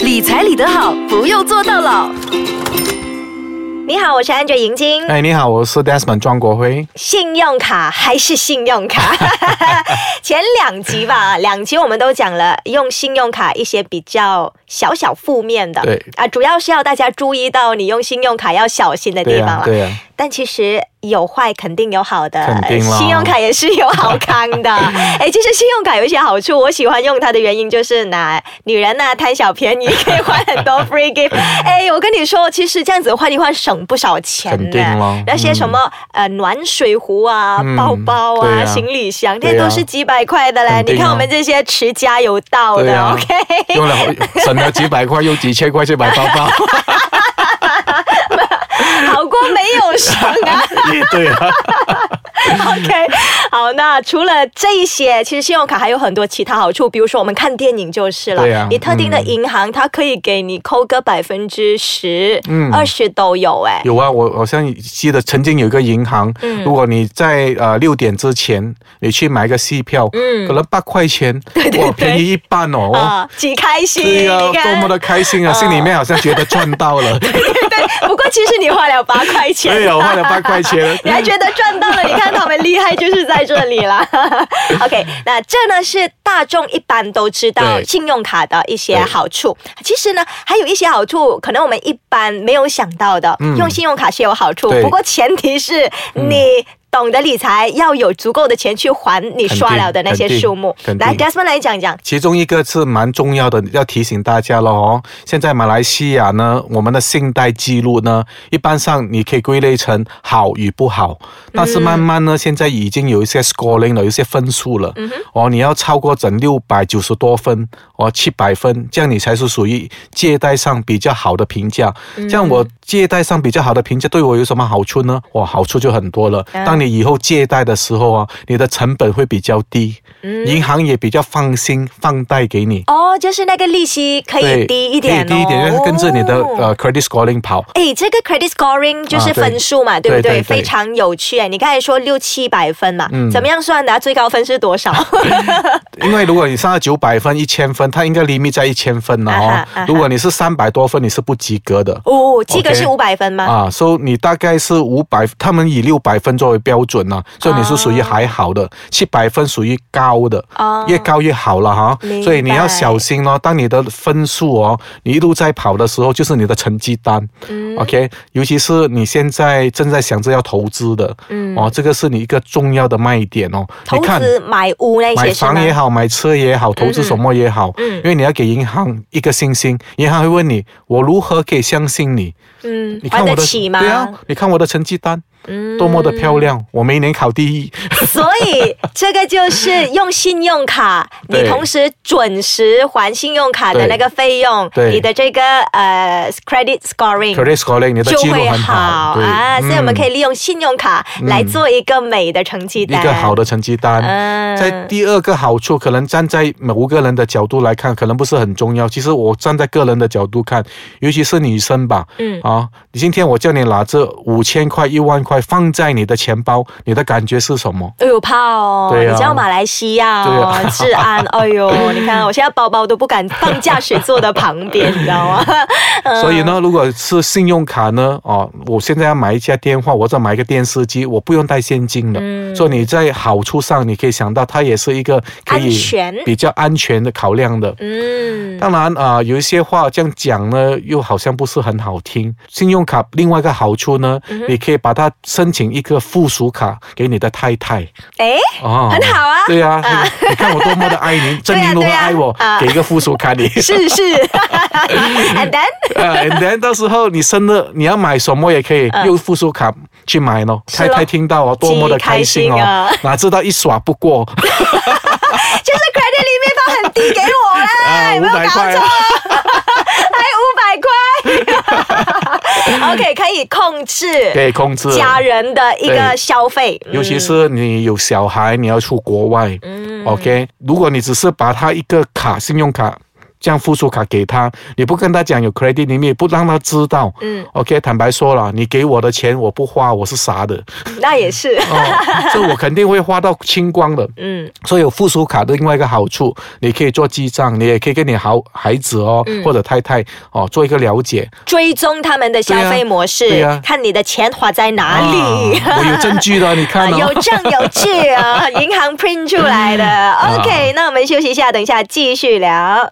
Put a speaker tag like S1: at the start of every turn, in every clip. S1: 理财理得好，不用做到老。
S2: 你好，我是 Angel 银晶。
S3: 哎，你好，我是 Desmond 庄国辉。
S2: 信用卡还是信用 卡？前两集吧，两集我们都讲了用信用卡一些比较小小负面的，
S3: 对
S2: 啊，主要是要大家注意到你用信用卡要小心的地
S3: 对
S2: 方
S3: 呀
S2: 了。，
S3: 对啊呀，
S2: 但其实有坏肯定有好的，
S3: 肯定啦
S2: 信用卡也是有好康的。 哎，其实信用卡有一些好处，我喜欢用它的原因就是拿女人呐、贪小便宜可以换很 多 free gift。哎，我跟你说，其实这样子换一换省不少钱
S3: 肯定咯
S2: 那些什么、呃暖水壶啊、
S3: 嗯
S2: 包包啊、
S3: 对啊
S2: 行李箱，这
S3: 对
S2: 些
S3: 啊
S2: 都是几百块的嘞。
S3: 肯定
S2: 你看
S3: 啊
S2: 我们这些持家有道
S3: 对
S2: 的、
S3: 啊呀
S2: o k
S3: 用了好省了几百块，又几千块去买包包，
S2: 好过没有省啊。
S3: 也对啊，
S2: OK，好， 那除了这一些，其实信用卡还有很多其他好处，比如说我们看电影就是了。
S3: 对啊
S2: 你特定的银行，它可以给你扣个百分之十、
S3: 嗯
S2: 二十都有哎、
S3: 有啊，我好像记得曾经有一个银行，
S2: 嗯
S3: 如果你在呃六点之前你去买个戏票，
S2: 嗯
S3: 可能八块钱，哇，便宜一半哦，哇
S2: 啊，几开心！
S3: 对呀，
S2: 你看
S3: 多么的开心啊，心里面好像觉得赚到 了，
S2: 对。啊不过其实你花了八块钱，，
S3: 对啊呀，我花了八块钱
S2: 你还觉得赚到了？你看他们厉害就是在这里 啦。OK，那这呢是大众一般都知道
S3: 对
S2: 信用卡的一些好处。其实呢，还有一些好处，可能我们一般没有想到的。用信用卡是有好处，
S3: 嗯对嗯
S2: 不过前提是你。懂得理财，要有足够的钱去还你刷了的那些
S3: 肯定
S2: 数目。
S3: 肯定
S2: 来，Desmond 来讲讲，
S3: 其中一个是蛮重要的，要提醒大家了哦。现在马来西亚呢，我们的信贷记录呢，一般上你可以归类成好与不好，但是慢慢呢，现在已经有一些 scoring 了，有一些分数了。哦，你要超过整六百九十多分，哦，七百分，这样你才是属于借贷上比较好的评价。这样我借贷上比较好的评价对我有什么好处呢？哇，好处就很多了。
S2: 嗯
S3: 当你以后借贷的时候啊，你的成本会比较低。
S2: 嗯
S3: 银行也比较放心放贷给你，
S2: 哦，就是那个利息可以低一点、哦，
S3: 可以低一点，因为跟着你的、
S2: 哦
S3: 呃 credit scoring 跑。
S2: 哎，这个 credit scoring 就是
S3: 啊对
S2: 分数嘛，对不
S3: 对
S2: 对
S3: 对对
S2: 非常有趣哎！你刚才说六七百分嘛，
S3: 嗯哦
S2: 怎么样算的啊、最高分是 多少？
S3: 因为如果你上到九百分、一千分，它应该 limit 在一千分了
S2: 啊哈
S3: 哦
S2: 啊哈。
S3: 如果你是三百多分，你是不及格的。
S2: 哦，这个是五
S3: OK
S2: 百分吗？
S3: 啊，所、以你大概是五百，他们以六百分作为标准呢、所以你是属于还好的，七百分属于高的，
S2: 哦
S3: 越高越好了哈
S2: 明白。
S3: 所以你要小心哦，当你的分数哦，你一路在跑的时候，就是你的成绩单、o
S2: 嗯
S3: k 尤其是你现在正在想着要投资的，哦，这个是你一个重要的卖点哦。
S2: 嗯投
S3: 你看
S2: 资买屋那
S3: 买
S2: 些是吗嗯
S3: 房？也好，买车也好，投资什么也好，因为你要给银行一个信心，银行会问你，我如何可以相信你？
S2: 嗯
S3: 你，看
S2: 还
S3: 我
S2: 得
S3: 的
S2: 起吗？嗯
S3: 对啊，你看我的成绩单，多么的漂亮！我每一年考第一，
S2: 所以这个 就是用信用卡，
S3: 对
S2: 你同时准时还信用卡的
S3: 对
S2: 那个费用，
S3: 对
S2: 你的这个呃 credit scoring。
S3: credit scoring 你
S2: 嗯
S3: 的
S2: 就
S3: 记录
S2: 会
S3: 很好，对嗯
S2: 啊，所以我们可
S3: 以
S2: 以利用信用卡来做一个美的成绩
S3: 一
S2: 单，
S3: 个好的成绩单。
S2: 嗯
S3: 在第二个好处，可能站在某个人的角度来看，可能不是很重要。其实我站在个人的角度看，尤其是女生吧，
S2: 嗯
S3: 啊，你今天我叫你拿着五千块、一万块放在你的钱包，你的感觉是什么？
S2: 哎呦怕哦，
S3: 对啊
S2: 你知道马来西亚哦、
S3: 对啊
S2: 治 安，哎呦，你看我现在包包都不敢放驾驶座的旁边，你知道 吗？呃
S3: 所以呢，如果是信用卡呢，哦，我现在要买一架电话，或者买一个电视机，我不用带现金了。
S2: 嗯
S3: 所以你在好处上，你可以想到它也是一个可
S2: 安
S3: 以
S2: 全
S3: 比较安全的考量的。
S2: 嗯，
S3: 当然啊、有一些话这样讲呢，又好像不是很好听。信用卡另外一个好处呢，
S2: 嗯
S3: 你可以把它申请一个附属卡给你的太太
S2: 哎，
S3: 哦，
S2: 很好啊
S3: 对呀、你看我多么的爱你，
S2: 对
S3: 证
S2: 啊
S3: 明如何
S2: 对啊
S3: 爱我，
S2: 啊
S3: 给一个附属卡你。
S2: 是是，and then
S3: 啊，and then 到时候你生日你要买什么也可以用附属卡去买咯。
S2: 是咯
S3: 太太听到哦，多么的开心
S2: 极开心
S3: 哦
S2: 啊，
S3: 哪知道一耍不 过
S2: 就是 credit limit 放很低给我啦，
S3: 啊，
S2: 有
S3: 五
S2: 没有
S3: 百
S2: 搞
S3: 块
S2: 错？。还五百块 ，OK，可以控
S3: 可
S2: 制
S3: 以控制，
S2: 家人的一个
S3: 对
S2: 消费，
S3: 尤其
S2: 嗯
S3: 是你有小孩，你要出国外，OK，如果你只是把它一个卡信用卡。这样付出卡给他，你不跟他讲有 credit limit，不让他知道。
S2: 嗯，
S3: OK，坦白说了，你给我的钱我不花，我是傻的，
S2: 嗯那也是，
S3: 哦，所以我肯定会花到清光的。
S2: 嗯
S3: 所以有附属卡的另外一个好处，你可以做记账，你也可以跟你好孩子哦、
S2: 嗯
S3: 或者太太哦做一个了解。
S2: 追踪他们的消费模
S3: 对
S2: 式，
S3: 啊对啊
S2: 看你的钱花在哪里。
S3: 啊我有证据的，你看
S2: 啊，
S3: 哦
S2: 有。证有据啊，银行 print 出来 的。OK，、那我
S3: 啊
S2: 们休息一下，等一下继续聊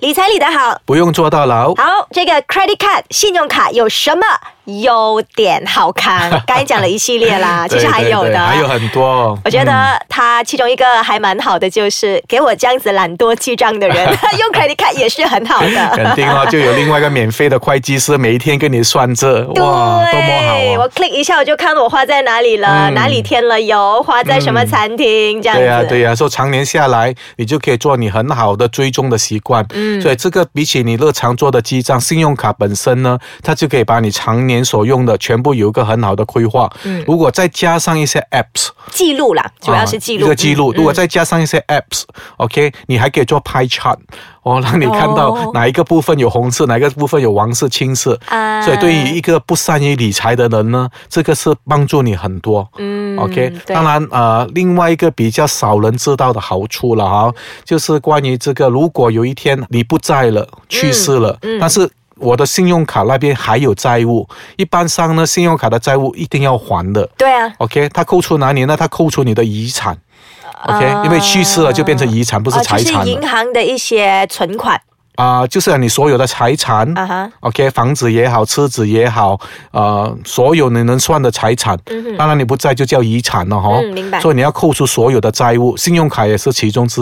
S2: 理财理得好。
S3: 不用坐到牢，
S2: 好，这个 credit card 信用卡有什么优点好 看？刚才讲了一系列啦，其实还有
S3: 对对对
S2: 的，
S3: 还有很嗯多。
S2: 我觉得他其中一个还蛮好的，就是给我这样子懒惰记账的人 用 credit card 也是很好的。
S3: 肯定哦，就有另外一个免费的会计师，每一天跟你算这，
S2: 对，
S3: 哇，多么好啊！
S2: 我 click 一下我就看我花在哪里了，
S3: 嗯
S2: 哪里添了油，花在什么餐厅，这样子。
S3: 对呀、对啊呀、说常年下来，你就可以做你很好的追踪的习惯。
S2: 嗯
S3: 所以这个比起你日常做的记账，信用卡本身呢，它就可以把你常年所用的全部有一个很好的规划。
S2: 嗯
S3: 如果再加上一些 apps，
S2: 记录啦，主要是
S3: 啊
S2: 记录。
S3: 一个记录。
S2: 嗯
S3: 如果再加上一些 apps，OK，、你还可以做 pie chart，哦，让你看
S2: 哦
S3: 到哪一个部分有红色，哪一个部分有黄色、青色。
S2: 啊
S3: 所以对于一个不善于理财的人呢，这个是帮助你很多。
S2: 嗯
S3: OK，
S2: 对
S3: 当然呃，另外一个比较少人知道的好处了哈、就是关于这个，如果有一天你不在了，去世了，
S2: 嗯
S3: 但是。我的信用卡那边还有债务，一般上呢，信用卡的债务一定要还的。
S2: 对啊
S3: OK，他扣除哪里呢？他扣除你的遗产。OK，、
S2: 啊
S3: 因为去世了就变成遗产，不是
S2: 哦
S3: 财
S2: 就
S3: 产
S2: 是
S3: 了
S2: 银行的一些存款
S3: 啊、就是你所有的财产。
S2: 啊哈，
S3: OK，房子也好，车子也好，呃，所有你能算的财产，当然你不在就叫遗产了哈。
S2: 嗯明白
S3: 所以你要扣除所有的债务，信用卡也是其中之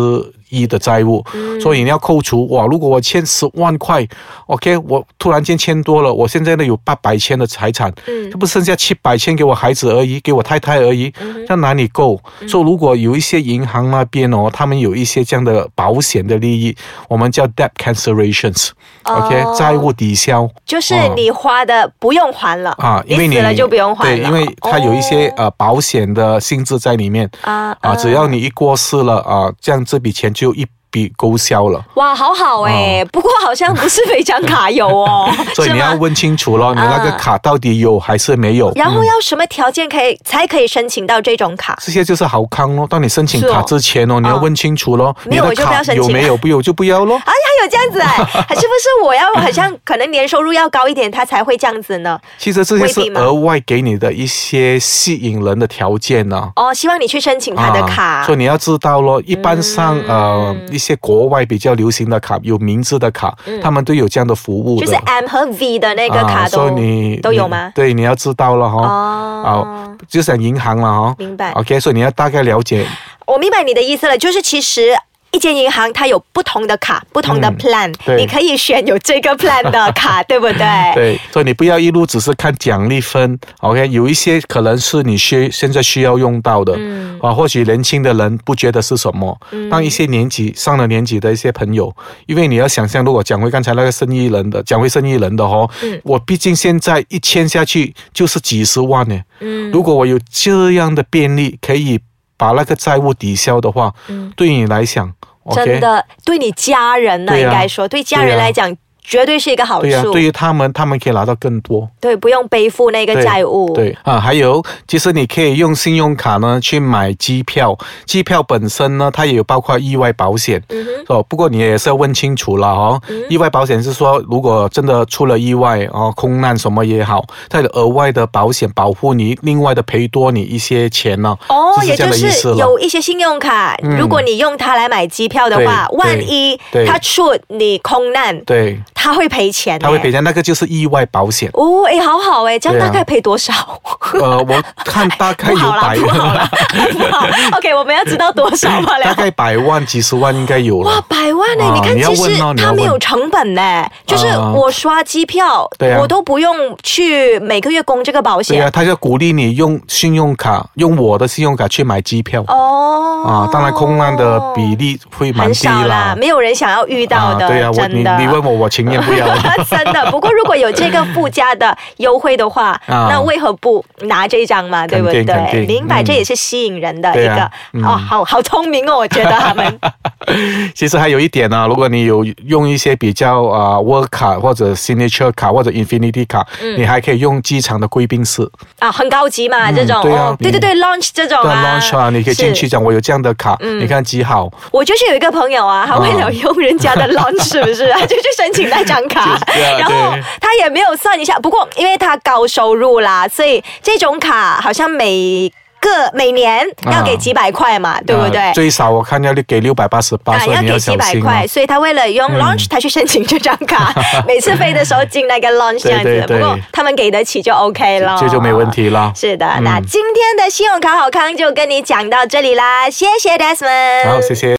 S3: 一的债务，
S2: 嗯
S3: 所以你要扣除。哇，如果我欠十万块，OK，我突然间欠多了，我现在呢有八百千的财产，
S2: 嗯
S3: 这不剩下七百千给我孩子而已，给我太太而已，那哪里够？
S2: 嗯
S3: 所以如果有一些银行那边哦，他们有一些这样的保险的利益，我们叫 debt cancellations。OK，、
S2: 哦
S3: 债务抵消
S2: 就是你花的不用还了
S3: 啊，因为
S2: 你
S3: 你
S2: 死了就不用还了。
S3: 对，因为它有一些、
S2: 哦
S3: 呃保险的性质在里面
S2: 啊
S3: 啊，只要你一过世了啊，这样这笔钱就一笔勾销了。，
S2: 哇，好好哎、不过好像不是每张卡有哦
S3: 啊 所以
S2: 是
S3: 你要
S2: 吗？啊
S3: 问嗯清楚咯，你那个卡到底有还是没有？
S2: 然后要什么条件可以才可以申请到这种卡？
S3: 这些就是好康咯。当你申请
S2: 是哦
S3: 卡之前哦，你要问清楚咯，
S2: 没
S3: 你
S2: 有
S3: 的
S2: 我就不要
S3: 卡
S2: 申请
S3: 有没有不有就不 要咯。
S2: 哎呀，还有这样 子哎、还是不是我要好像可能年收入要高一点，他才会这样子呢？
S3: 其实这些是
S2: 未必嘛
S3: 额外给你的一些吸引人的条件啊呢、
S2: 哦，希望你去申请他的卡。嗯
S3: 啊，所以你要知道咯，一般上、呃一些国外比较流行的卡，有名字的卡，他们都有这样的服务的。
S2: 嗯就是 M 和 V 的那个卡
S3: 啊、
S2: 都、
S3: 所以你
S2: 都有
S3: 你
S2: 吗？
S3: 对，你要知道了哈、
S2: 哦
S3: 啊，就像银行了哈、
S2: 明白
S3: OK，所以你要大概了解
S2: 我明白你的意思了，就是其实。一间银行它有不同的卡，不同的
S3: 嗯
S2: plan，、
S3: 对
S2: 你可以选有这个 plan 的 卡，对不对？
S3: 对，所以你不要一路只是看奖励分，OK，有一些可能是你需现在需要用到的，
S2: 嗯
S3: 啊，或许年轻的人不觉得是什么，当一些年纪上了年纪的一些朋友，因为你要想象，如果讲回刚才那个生意人的，讲回生意人的哦，
S2: 嗯
S3: 我毕竟现在一签下去就是几十万呢，
S2: 嗯
S3: 如果我有这样的便利，可以把那个债务抵消的话，
S2: 嗯
S3: 对你来讲，OK，
S2: 真的对你家人呢，
S3: 对
S2: 应
S3: 啊
S2: 该说对家
S3: 对
S2: 人
S3: 啊
S2: 来讲、绝对是一个好处，
S3: 对呀、对于他们，他们可以拿到更多。
S2: 对不用背负那个
S3: 对
S2: 债务，
S3: 对啊，还有，其实你可以用信用卡呢去买机票，机票本身呢，它也有包括意外保险。
S2: 嗯哼，嗯
S3: 哦，不过你也是要问清楚了哦。意外保险是说，如果真的出了意外哦，空难什么也好，它有额外的保险保护你，另外的赔多你一些钱呢、
S2: 哦，
S3: 这
S2: 也
S3: 是
S2: 就
S3: 这样的意思
S2: 是
S3: 了
S2: 有一些信用卡，
S3: 嗯
S2: 如果你用它来买机票的话，
S3: 对
S2: 万一
S3: 对
S2: 它出你空难，
S3: 对，
S2: 它会赔钱、。
S3: 它会赔。钱，那个就是意外保险
S2: 哦，哎，好好哎，这样
S3: 对啊
S2: 大概赔 多少？
S3: 呃，我看大概
S2: 不
S3: 有
S2: 好啦，
S3: 百
S2: 不好啦，不好。OK，我 们要知道多少啊？
S3: 大
S2: 两
S3: 概百万、几十万应该有
S2: 哇
S3: 了，。
S2: 百万呢、
S3: 啊
S2: 你看，
S3: 你要
S2: 其实
S3: 问哦你要
S2: 它没有
S3: 问
S2: 成本呢、就是
S3: 啊
S2: 我刷机票，
S3: 对啊
S2: 我都不用去每个月供这个保
S3: 对啊
S2: 险。
S3: 呀、他就鼓励你用信用卡，用我的信用卡去买机票。
S2: 哦，
S3: 啊，当然空难的比例会蛮
S2: 很
S3: 低
S2: 少啦
S3: 啦，。
S2: 没有人想要遇到的，
S3: 啊、对呀、我
S2: 真
S3: 你
S2: 的。
S3: 你问我，我情愿不要。
S2: 真的，不过如果有这个附加的优惠的话，
S3: 啊
S2: 那为何不拿这一张嘛？对不
S3: 肯定肯
S2: 对？
S3: 定
S2: 明白，
S3: 嗯
S2: 这也是吸引人的一
S3: 对
S2: 个
S3: 啊嗯
S2: 哦，好好聪明哦，我觉得他们
S3: 其实还有一点呢、如果你有用一些比较啊、World 卡或者 Signature 卡或者 Infinity 卡，
S2: 嗯
S3: 你还可以用机场的贵宾室
S2: 啊很高级嘛，这种
S3: 对啊
S2: 哦，对对对，launch 这种
S3: 对
S2: 啊
S3: launch 啊，你可以进去
S2: 是嗯
S3: 讲我有这样的卡，你看几好。
S2: 我就是有一个朋友啊，他为了用人家 的 launch，是不是？他就去申请那张卡，
S3: 就是对啊
S2: 然后
S3: 对
S2: 他也没有算一下。不过因为他高收入啦，所以这种卡好像每个每年要给
S3: 啊
S2: 几百块嘛，对不对？
S3: 呃最少我看要给六百八十八，所以
S2: 啊要
S3: 你
S2: 给几
S3: 小
S2: 百
S3: 心、啊
S2: 块，。所以他为了用 launch，、他去申请这张 卡，每次飞的时候进那个 launch 这样子。
S3: 对对对
S2: 不过他们给得起就 OK 了，
S3: 这就没问。题嗯了。
S2: 是的，那今天的信用卡好康就跟你讲到这里啦，谢谢 Desmond。
S3: 好，谢谢。